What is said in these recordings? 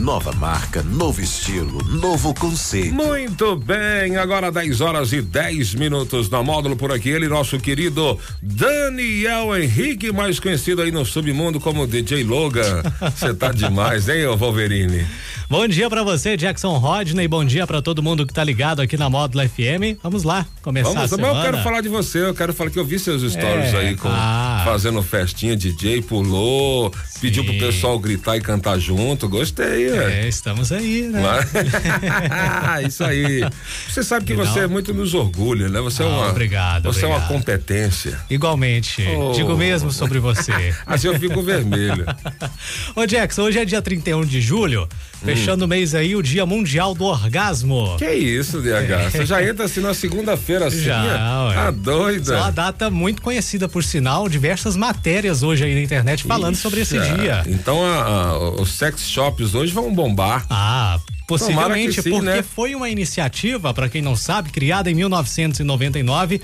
Nova marca, novo estilo, novo conceito. Muito bem, agora 10 horas e 10 minutos na módulo por aqui. Ele, nosso querido Daniel Henrique, mais conhecido aí no submundo como DJ Logan. Você tá demais, hein, ô Wolverine? Bom dia pra você, Jackson Rodney. Bom dia pra todo mundo que tá ligado aqui na Módulo FM. Vamos lá, começar Vamos, a mas eu semana. quero falar de você, eu quero falar que eu vi seus stories É, aí com, ah. fazendo festinha, DJ pulou, pediu pro pessoal gritar e cantar junto. Gostei, é. É, estamos aí, né? Lá- Isso aí. Você sabe que Legal. você é muito nos orgulha, né? Você é Ah, uma. obrigado, Você é uma obrigado. competência. Igualmente. Oh. Digo mesmo sobre você. Assim eu fico vermelho. Ô, Jackson, hoje é dia 31 de julho, fechando o mês aí, o Dia Mundial do Orgasmo. Hum. Que isso, DH? Você já entra assim na segunda-feira assim? Já, né? Tá ué. É uma doida. data muito conhecida, por sinal, diversas matérias hoje aí na internet falando sobre esse Ixi, dia. ah, Então a- a- os sex shops hoje vão bombar. Ah, possivelmente, Tomara que sim, porque né? foi uma iniciativa, para quem não sabe, criada em 1999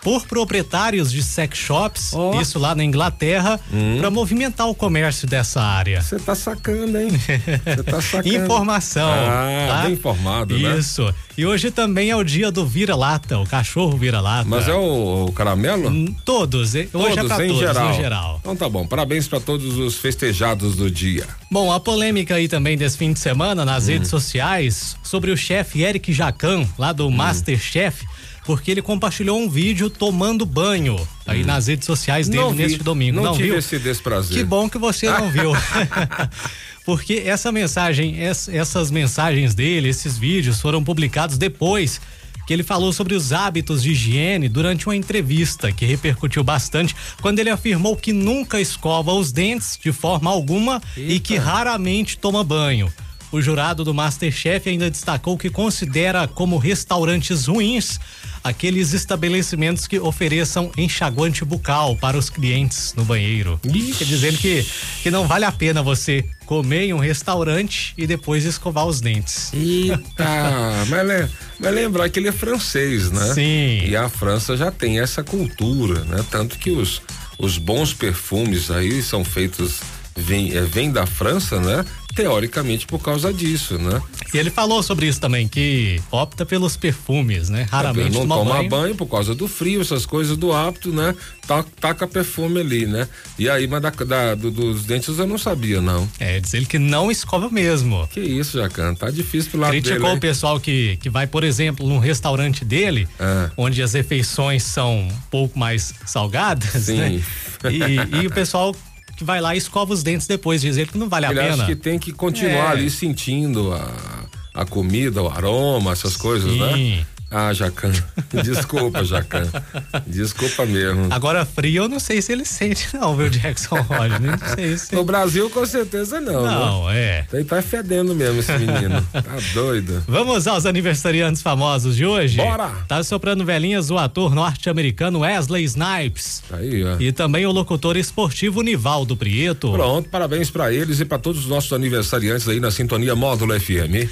por proprietários de sex shops, Ó. Hum. isso lá na Inglaterra, para movimentar o comércio dessa área. Você tá sacando, hein? Você tá sacando. Informação. Ah, tá? bem informado, né? Isso. E hoje também é o dia do vira-lata, o cachorro vira-lata. Mas é o, o caramelo? Hum, Todos, eh, hoje é todos, pra em todos, geral. no geral. Então tá bom. Parabéns pra todos os festejados do dia. Bom, a polêmica aí também desse fim de semana nas Hum. redes sociais sobre o chefe Eric Jacan, lá Hum. do Masterchef, porque ele compartilhou um vídeo tomando banho aí nas redes sociais dele Hum. Não vi, neste domingo. Não, tive viu? esse desprazer. Que bom que você não viu. Porque essa mensagem, ess- essas mensagens dele, esses vídeos foram publicados depois que ele falou sobre os hábitos de higiene durante uma entrevista que repercutiu bastante, quando ele afirmou que nunca escova os dentes de forma alguma e que raramente toma banho. O jurado do Masterchef ainda destacou que considera como restaurantes ruins aqueles estabelecimentos que ofereçam enxaguante bucal para os clientes no banheiro. Quer dizer que, que não vale a pena você comer em um restaurante e depois escovar os dentes. Eita, mas, le- mas lembrar que ele é francês, né? Sim. E a França já tem essa cultura, né? Tanto que os, os bons perfumes aí são feitos, vem, eh, vem da França, né? Teoricamente por causa disso, né? E ele falou sobre isso também, que opta pelos perfumes, né? Raramente não toma tomar banho. banho. por causa do frio, essas coisas do hábito, né? Ta- Taca perfume ali, né? E aí, mas da, da- do- dos dentes eu não sabia, não. É, diz ele que não escova mesmo. Que isso, Jacan? Tá difícil pro lado Criticou dele. o hein? pessoal que, que vai, por exemplo, num restaurante dele, Ah. onde as refeições são um pouco mais salgadas, Sim. né? E, e o pessoal que vai lá e escova os dentes depois, diz ele que não vale a Ele pena. acha que tem que continuar É. ali sentindo a, a comida, o aroma, essas coisas, né? Sim. Ah, Jacan. Desculpa, Jacan. Desculpa mesmo. Agora, frio, eu não sei se ele sente, não, viu, Jackson Rodney? Não sei se. No Brasil, com certeza não. Né? Não, é. Ele tá fedendo mesmo esse menino. Tá doido. Vamos aos aniversariantes famosos de hoje? Bora! Tá soprando velhinhas o ator norte-americano Wesley Snipes. Tá aí, ó. E também o locutor esportivo Nivaldo Prieto. Pronto, parabéns pra eles e pra todos os nossos aniversariantes aí na Sintonia Módulo FM.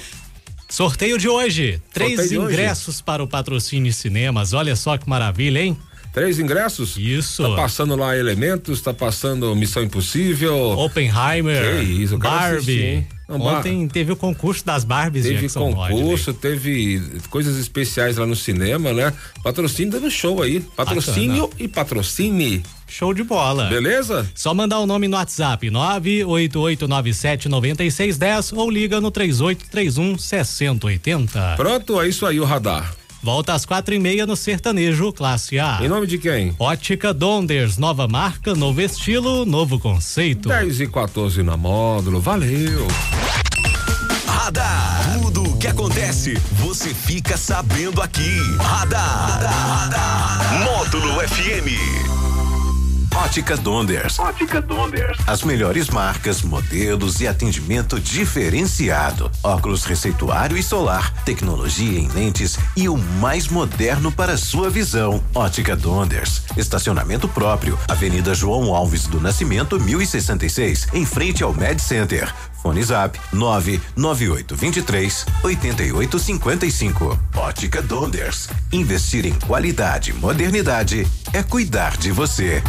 Sorteio de hoje. Três de hoje. ingressos para o patrocínio Cinemas. Olha só que maravilha, hein? Três ingressos? Isso. Tá passando lá Elementos, tá passando Missão Impossível. Oppenheimer. Que isso, eu quero Barbie. assistir, hein? Não, Bar- Ontem teve o concurso das Barbies Teve Jackson concurso, teve coisas especiais lá no cinema, né? Patrocínio dando show aí. Patrocínio e patrocine. Rodney. né? Show de bola. Beleza? Só mandar o nome no WhatsApp 988979610 ou liga no 3831-6080. Pronto, é isso aí o radar. Volta às quatro e meia no Sertanejo Classe A. Em nome de quem? Ótica Donders, nova marca, novo estilo, novo conceito. 10 e 14 na módulo. Valeu. Radar. Tudo o que acontece, você fica sabendo aqui. Radar. Módulo FM. Ótica Donders. Ótica Donders. As melhores marcas, modelos e atendimento diferenciado. Óculos receituário e solar, tecnologia em lentes e o mais moderno para sua visão. Ótica Donders. Estacionamento próprio. Avenida João Alves do Nascimento, 1066, em frente ao Med Center. Fone Zap 99823 8855. Ótica Donders. Investir em qualidade e modernidade é cuidar de você.